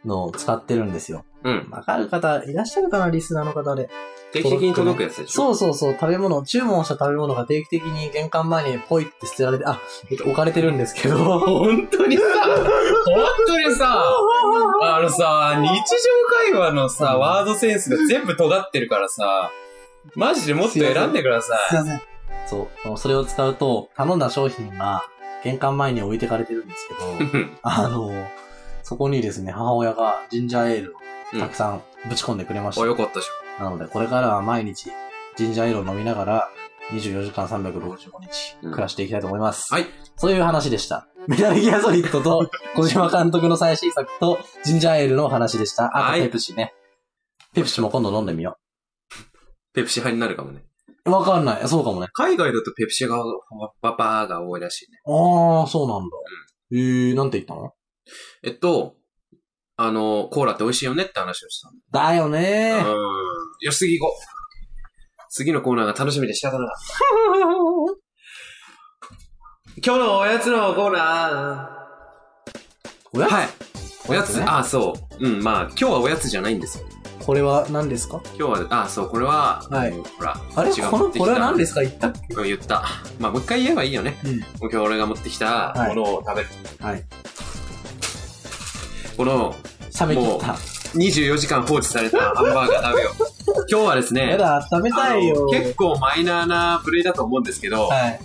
のを使ってるんですよ。うん。わかる方いらっしゃるかなリスナーの方で。定期的に届くやつでしょそうそうそう、食べ物、注文した食べ物が定期的に玄関前にポイって捨てられて、あ、えっと置かれてるんです けど、本当にさ、本当にさ、 あのさ、日常会話のさ、ワードセンスが全部尖ってるからさ、マジでもっと選んでくださすいません。そう。それを使うと、頼んだ商品が玄関前に置いてかれてるんですい けど、。あの、そこにですね、母親がジンジャーエールをたくさんぶち込んでくれました。お、よかったでしなので、これからは毎日、ジンジャーエールを飲みながら、24時間365日、うん暮らしていきたいと思います。はい。そういう話でした。メタルギアソリッド と、小島監督の最新作と、ジンジャーエールのお話でした。あはと、いペプシね。ペプシも今度飲んでみょ。よペプシ派になるかもね。う。わかんない。そうかもね。海外だとペプシが、パパが多いらしいね。ああ、そうなんだ。えー、なんて言ったのえっと、あの、コーラって美味しいよねって話をしたんだだよね うん。よし、次行こう。次のコーナーが楽しみで仕方ない。今日のおやつのコーナおー。やつ、はい。おやおつ、やつねあ、そう。うん、まあ、今日はおやつじゃないんですよ。これは何ですか今日は、あ、そう、これは、はいうんほら、あれ違うこの、これは何ですか言ったっけうん言った。まあ、もう一回言えばいいよね。うんもう今日俺が持ってきたはもいのを食べる。はい。この冷め切っもた。 24時間放置されたハンバーガー食べよう。 今日はですね、やだ、冷めあたいのよ。結構マイナーなプレイだと思うんですけど、はい。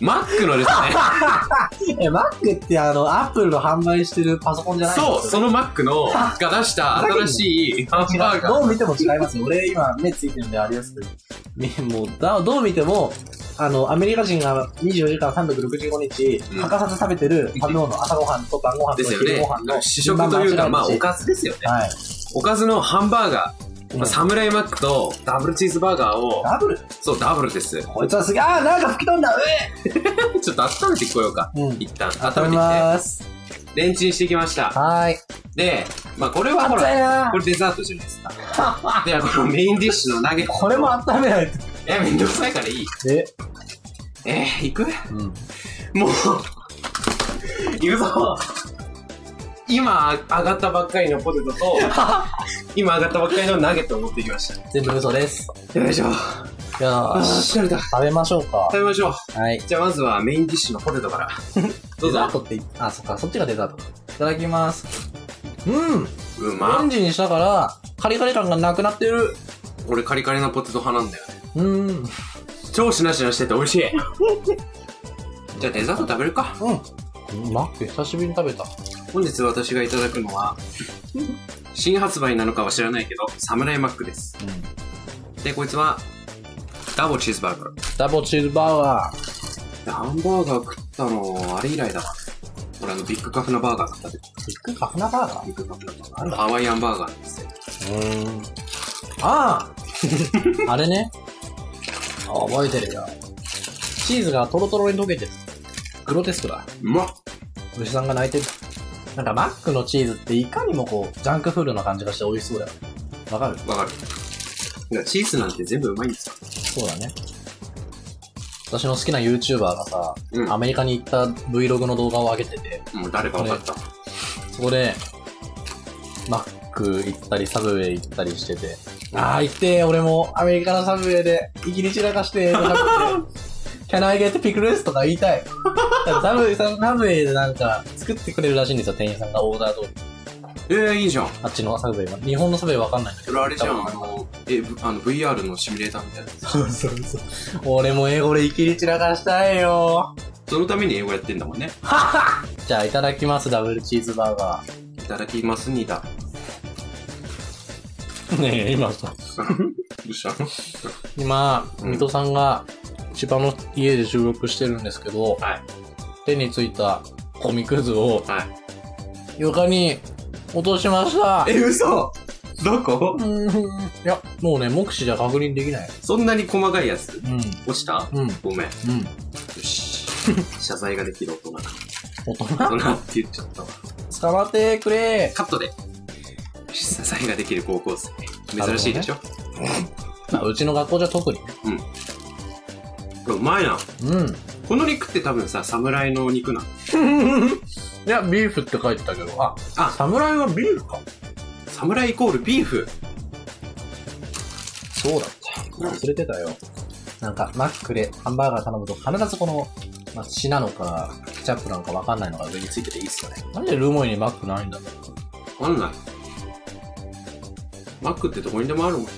マックのですね、え、マックってあの、アップルの販売してるパソコンじゃないんですそよう、そのマックの、が出した新しいハンバーガー。どう見ても違いますよ。俺今目ついてるんであれですけど。みもうだ、どう見ても、あの、アメリカ人が24時間365日、うん欠かさず食べてる食べ物、朝ごはんと晩ごはんでとすよ昼ねごはん。の主食というか、まあ、おかかずですよね。はい。おかずのハンバーガー、うんまあサムライマックとダブルチーズバーガーを、ダブルそう、ダブルです。ちょこいつはすげえ、あーなんか吹き飛んだっと温めてこようか。うえうん。一旦、温温めめてます。きて。レンチンしてきました。はーい。で、まあこれはほ熱いら、なこれデザートじゃないですか。で、このメインディッシュのナゲット。これも温めないと。え、めんどくさいからいい。ええー、行くうん。もう、行くぞ今上がったばっかりのポテ トと、今上がったばっかりのナゲットを持ってきまし全部嘘です。た。よいしょ。いやあー、ー疲れた。食べましょうか食。べましょう。はい。じゃあまずはメインディッシュのポテト から。どうデぞザー。トってい、あ、そっか、そっちがデザート。いただきます。うんうまレっンジにしたから、カリカリ感がなくなってる。俺カリカリなポテト派なんだよね。うん。うん。超しなしなしてて美味 しい。じゃあデザート食べるか。マック久しぶりに食べた。本日私がいただくのは、新発売なのかは知らないけど、サムライマックです。で、こいつは、ダボチーズバーガー。ダボチーズバーガでハンバーガー食ったの、あれ以来だわ。俺あの、ビッグカフのバーガー食った時。ー。ビッグカフナバーガービッグカフのバーガー。あのハワイアンバーガーなんですよ。うん。あ ああれね。あ覚えてるよ。チーズがトロトロに溶けてる。グロテスクだ。うまっ牛さんが泣いてる。なんかマックのチーズっていかにもこう、ジャンクフードな感じがして美味しそうだよね。わかるわかる。いやチーズなんて全部うまいんですよ。そうだね。私の好きな YouTuber がさ、うんアメリカに行った Vlog の動画を上げてて、もう誰かわかった。そこで、マック行ったり、サブウェイ行ったりしてて、ああ、行ってー、俺もアメリカのサブウェイで、イギリスらか してー、とかって、Can I get pickles? とか言いたい。サブウェイ、サブウェイでなんか、作ってくれるらしいんですよ、店員さんがオーダー通り。えー、いいじゃん。あっちのサブウェイは。日本のサブウェイわかんないんだけそど。れあれじゃん、あの、え、ぶあの VR のシミュレーターみたいな。そうそうそう。俺も英語でイギリスらかしたいよそのために英語やってんだもんね。ー。じゃあ、いただきます、ダブルチーズバーガー。いただきますにだ。 ねえ、今どさ、うした今、うん水戸さんが千葉の家で収録してるんですけど、はい手についた米くずをはい。床に落としました。 え、嘘どこうーんいや、もうね、目視じゃ確認できない。そんなに細かいやつう落ちたん、うん、ごめん。ようん。し。謝罪ができる大人。大人大人って言っちゃったわ。捕まってくれカットで。よし謝罪ができる高校生。珍しいでしょ、まあ、うちの学校じゃ特にね。これうまいな。うん。この肉って多分さ、侍の肉なの。いや、ビーフって書いてたけど、あ、あ侍はビーフか。侍イコールビーフ。そうだった。忘れてたよ。なんか、マックでハンバーガー頼むと必ずこの、まあ、血なのか、ケチャップなのかわかんないのが上についてていいっすよね。なんでルーモイにマックないんだろわかんない。マックってどこにでもあるもんね。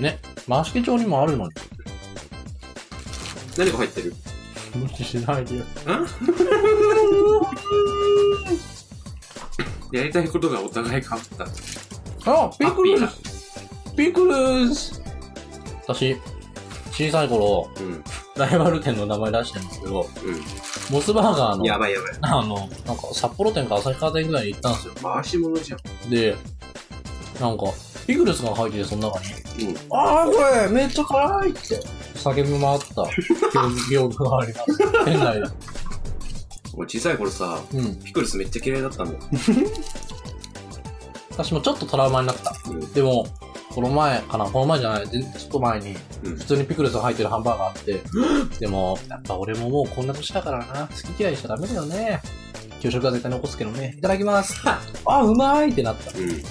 うね。マシケ町にもあるのに。何が入ってるん無視しないでよ。やりたいことがお互い被った。あ、ピクルハッスピクルス私、小さい頃、ピーなライバル店の名前出してるんですけど、うモスバーガん。ーうのん。、やばいやばい。あの、なんか札幌店か旭川店ぐらいに行ったんですよ。回し物じゃん。で、なんか、ピクルスが入ってて、その中に、うん。ああ、これ、めっちゃ辛いって、叫び回った記憶記憶があります。店内で。俺小さい頃さ、うん。ピクルスめっちゃ嫌いだったんだよ。私もちょっとトラウマになった。でも、この前かな、この前じゃない、でちょっと前に、うん普通にピクルスが入ってるハンバーガーあって、でも、やっぱ俺ももうこんな年だからな、好き嫌いしちゃダメだよね。給食は絶対残すけどね。いただきます。 あ、うまいってなった。うん。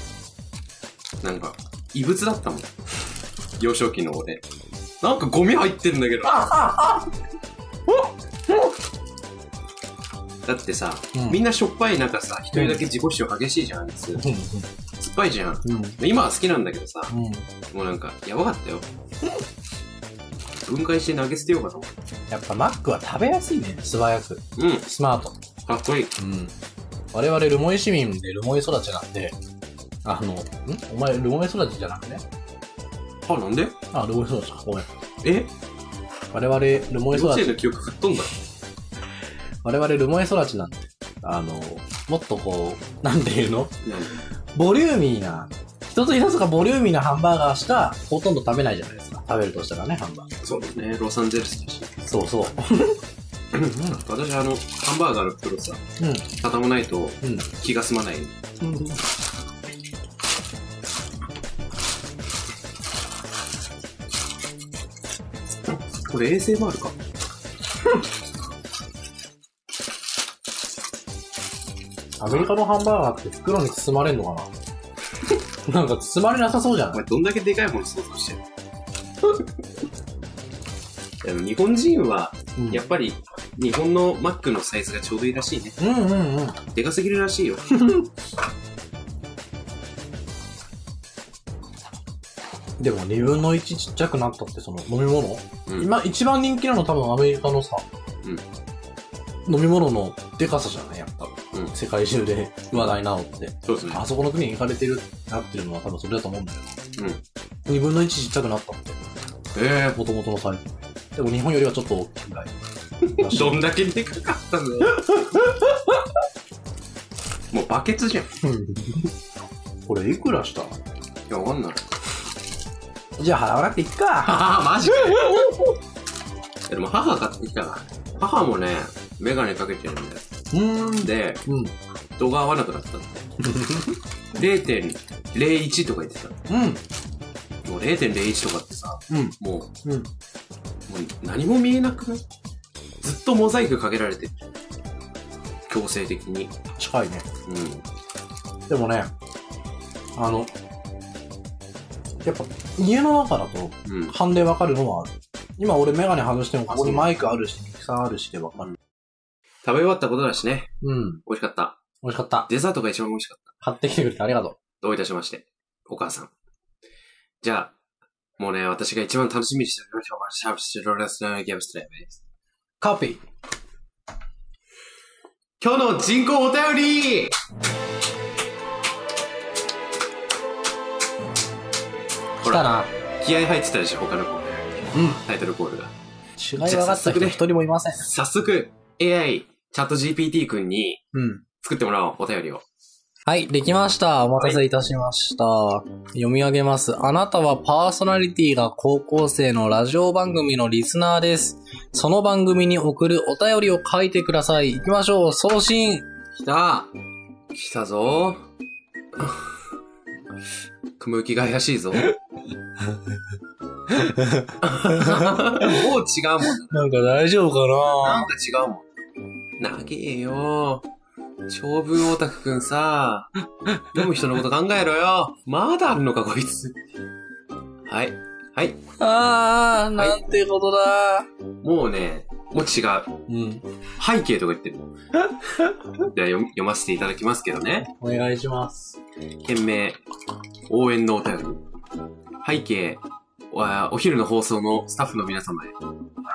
なんか、異物だったもん。幼少期の俺。なんかゴミ入ってんだけど。だってさ、うんみんなしょっぱい中さ、一人だけ自己主張激しいじゃん、あいつ。う酸っぱいじゃん。ん。うん。今は好きなんだけどさ、うん。もうなんか、やばかったよ。分解して投げ捨てようかと思っやっぱマックは食べやすいね。素早く。た。うん。スマート。かっこいい。うん。我々ルモイ市民でルモイ育ちなんで、あの、んお前ルモイ育ちじゃなくてねあ、なんであ、ルモイ育ちか。ごめん。え我々ルモイ幼育稚園ち、の記憶吹っ飛んだ。我々ルモイ育ちなんで、あの、もっとこう、なんていうのボリューミーな一つ一つがボリューミーなハンバーガーしかほとんど食べないじゃないですか。食べるとしたらね、ハンバーガそうだね、ロサンゼルスだし。ー。そうそう。私、あの、ハンバーガーの袋さ、うん。畳まないとうん。気が済まない。これ衛生もあるか。アメリカのハンバーガーって袋に包まれんのかな なんか包まれなさそうじゃおない前どんだけでかいもの 想像してるでも日本人は、うんやっぱり、日本のマックのサイズがちょうどいいらしいね。うんうんうん。でかすぎるらしいよ。でも2分の1ちっちゃくなったってその飲み物、うん今一番人気なの多分アメリカのさ、飲み物のデカさじゃないやっぱ、うん世界中で話題なのって。そうですね。あそこの国に行かれてるなってるのは多分それだと思うんだよ。うん。 2分の1ちっちゃくなったって、えもともとのサイズ。でも日本よりはちょっと大きいぐらい。ー、 どんだけでかかったんだよ。もうバケツじゃん。いうんこれいくらしたや、わかんない。じゃあ払わなくていっか。ああ、マジかよ。でも母買ってきたから。母もね、メガネかけてるんだよ。うーん。で、うん。度が合わなくなったんだよ。0.01とか言ってた。うん。もう0.01とかってさ、うん。もう、もうん。う何も見えなくないずっとモザイクかけられてる。強制的に。近いね。うん。でもね、あの、やっぱ家の中だとうん。判例わかるのはある。今俺メガネ外してもここにマイクあるし、ミキサーあるしでわかる。食べ終わったことだしね。うん。美味しかった。美味しかった。デザートが一番美味しかった。買ってきてくれてありがとどういたしまして。お母さん。じゃあ、もうね、私が一番楽しみにしてるのは、シャープシロラスのゲームストレイです。う。カピー。今日の人口お便りほ来たら、な。気合入ってたでしょ、他のコール。うん。タイトルコールが。違い分かった人一人もいません。早速、AI、チャット GPT 君にうん。作ってもらおう、お便りを。はい、できました。お待たせいたしました。読み上げます。あなたはパーソナリティが高校生のラジオ番組のリスナーです。その番組に送るお便りを書いてください。行きましょう。送信。来た来たぞ。雲行きが怪しいぞ。もう違うもん。なんか大丈夫かなんか違うもん。なげえよ。長文オタクくんさ、読む人のこと考えろよ。まだあるのか、こいつ。はい。はい。あー、なんてことだ、もうね、もう違う。うん。背景とか言ってる。じゃあ読み読ませていただきますけどね。お願いします。件名、応援のお便り。背景、わお昼の放送のスタッフの皆様へ。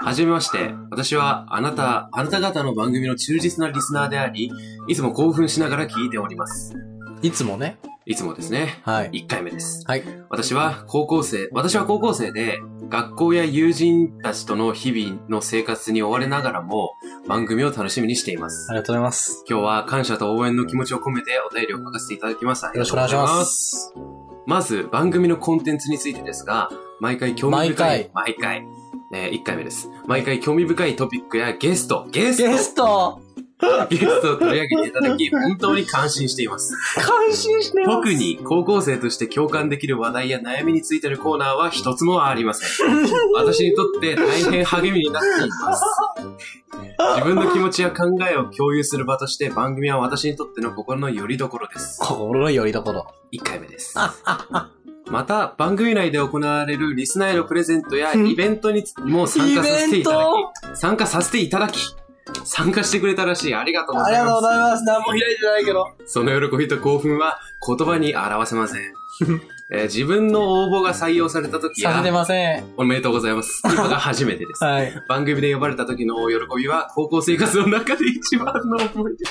はじめまして、私はあなた、あなた方の番組の忠実なリスナーであり、いつも興奮しながら聞いております。いつもね。いつもですね。はい。 1回目です。はい。私は高校生、私は高校生で、学校や友人たちとの日々の生活に追われながらも、番組を楽しみにしていますあ。りがとうございます。今日は感謝と応援の気持ちを込めてお便りを書かせていただきました。よよろしくお願いしま。す。まず、番組のコンテンツについてですが、毎回興味深い。毎回。えー、1回目です。毎回興味深いトピックやゲスト、ゲスト、ゲストゲストを取り上げていただ き、本当に感心しています。感心してます。特に高校生として共感できる話題や悩みについてのコーナーは一つもありません。私にとって大変励みになってい ます。自分の気持ちや考えを共有する場として番組は私にとっての心の拠り所です。心のよりどころ。 1回目です。また、番組内で行われるリスナーへのプレゼントやイベントにつも参加させていただき、参加させていただき、参加してくれたらしい。ありがとうございます。ざいます。何も開いてないけど。その喜びと興奮は言葉に表せま せん。えー自分の応募が採用された時させてや、ません。おめでとうございます。今が初めて です。はい。番組で呼ばれた時の喜びは高校生活の中で一番の思い出。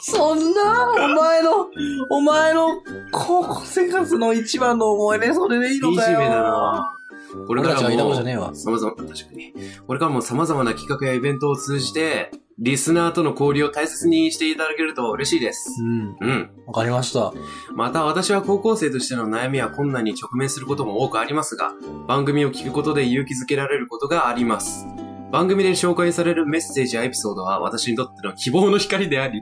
そんな、お前の、お前の高校生活の一番の思い出、それでいい惨めだなこれか俺たちらはいたこじゃも、ねえわ。様々、確かに。これからも様々な企画やイベントを通じて、リスナーとの交流を大切にしていただけると嬉しいです。うん。うん。わかりました。また私は高校生としての悩みや困難に直面することも多くありますが、番組を聞くことで勇気づけられることがあります。番組で紹介されるメッセージやエピソードは私にとっての希望の光であり、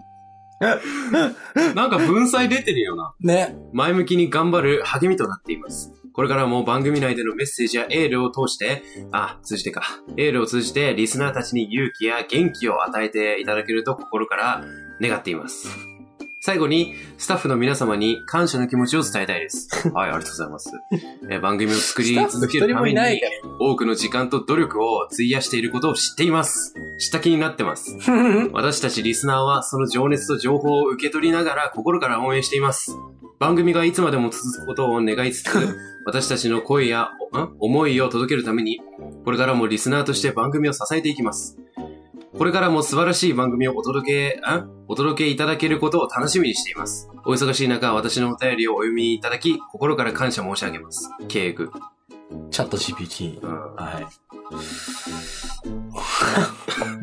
なんか文才出てるよな。 ね。前向きに頑張る励みとなっています。これからも番組内でのメッセージやエールを通して、あ、通じてか。エールを通じてリスナーたちに勇気や元気を与えていただけると心から願っています。最後に、スタッフの皆様に感謝の気持ちを伝えたいです。 はい、ありがとうございます。え番組を作りスタッフ続けるため一人もいないに、多くの時間と努力を費やしていることを知っています。知った気になってます。私たちリスナーはその情熱と情報を受け取りながら心から応援しています。番組がいつまでも続くことを願いつつ、私たちの声やん思いを届けるために、これからもリスナーとして番組を支えていきます。これからも素晴らしい番組をお届け、んお届けいただけることを楽しみにしています。お忙しい中、私のお便りをお読みいただき、心から感謝申し上げます。敬具。チャット GPT。うん。は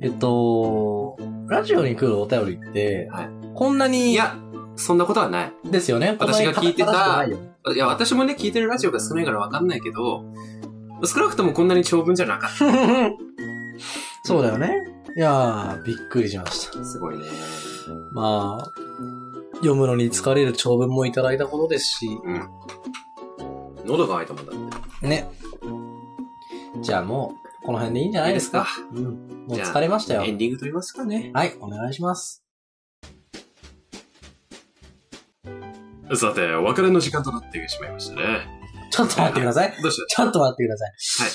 い。 えっと、ラジオに来るお便りって、はいこんないに、や、そんなことはない。ですよね。私が聞いてたこんなに堅苦しくないよねいや、私もね、聞いてるラジオが少ないからわかんないけど、少なくともこんなに長文じゃなかっ そうだよね。いやー、びっくりしました。た。すごいね。まあ、読むのに疲れる長文もいただいたことですし、喉が渇いたもんだって。ね。じゃあもう、この辺でいいんじゃないですか。うん。もうじゃあ疲れましたよエ。ンディングと言いますかね。はい、お願いします。さて、お別れの時間となってしまいましたね。ちょっと待ってください。どうした ちょっと待ってください。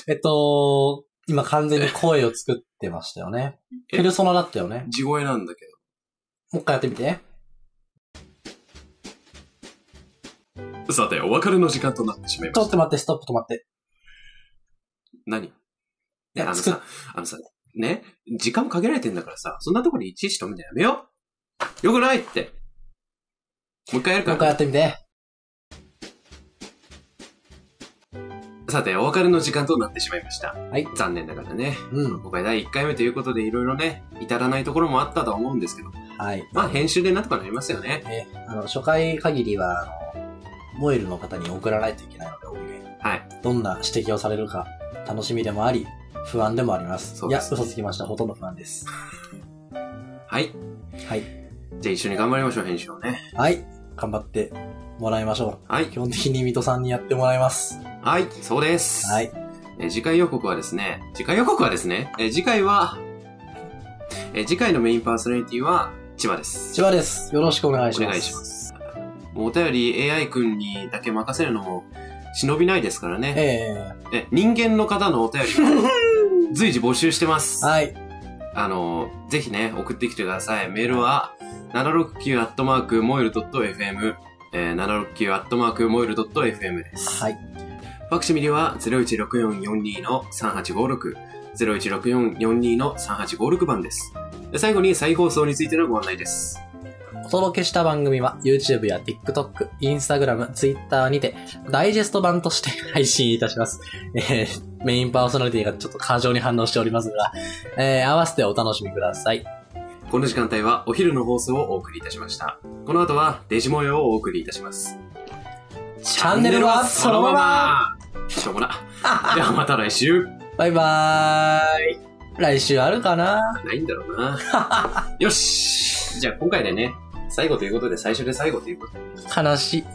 えっと、今完全に声を作ってましたよね。えペルソナだったよね。地声なんだけもう一回やってみて。ど。さて、お別れの時間となってしまいちまょし。ったと待って、ストップ止まって。何いやあの作っさ、あのさ、ね、時間も限られてんだからさ、そんなとこにいちいち止めるのやめよう。よくないって。もう一回やるもうか一回ら。やってみて。。さて、お別れの時間となってしまいました。はい残念ながらね。うん。今回第1回目ということでいろいろね、至らないところもあったとは思うんですけど、はい。まあ編集でなんとかなりますよね。ね、あの、初回限りは、あの、モエルの方に送らないといけないので、音源はい。どんな指摘をされるか、楽しみでもあり、不安でもあります。そういでや、す嘘つきました。ほとんど不安です。はい。はい。じゃあ一緒に頑張りましょう、編集をね。はい。頑張ってもらいましょ。。はいう基本的に水戸さんにやってもらいます。はい、そうです。はい。えー次回予告はですね、次回予告はですね、えー次回は、えー次回のメインパーソナリティは千葉です。千葉です。よろしくお願いしおま願す。いします。もうお便り AI 君にだけ任せるのも忍びないですからね。ええ人間の方のお便り も随時募集してます。えはい。あの、ぜひね、送ってきてください。メールは、769-moil.fm、えー、769-moil.fm です。はい。ファクシミリは、016442-3856、016442-3856番です。で最後に再放送についてのご案内です。お届けした番組は YouTube や TikTok、Instagram、Twitter にてダイジェスト版として配信いたします。 えーメインパーソナリティがちょっと過剰に反応しておりますが、えー合わせてお楽しみください。この時間帯はお昼の放送をお送りいたしました。この後はデジモンをお送りいたします。チャンネルはそのまましょうもな。ではまた来週。バイバーイ来週あるかなないんだろうな。よしじゃあ今回でね、最後ということで、最初で最後ということで。悲しい。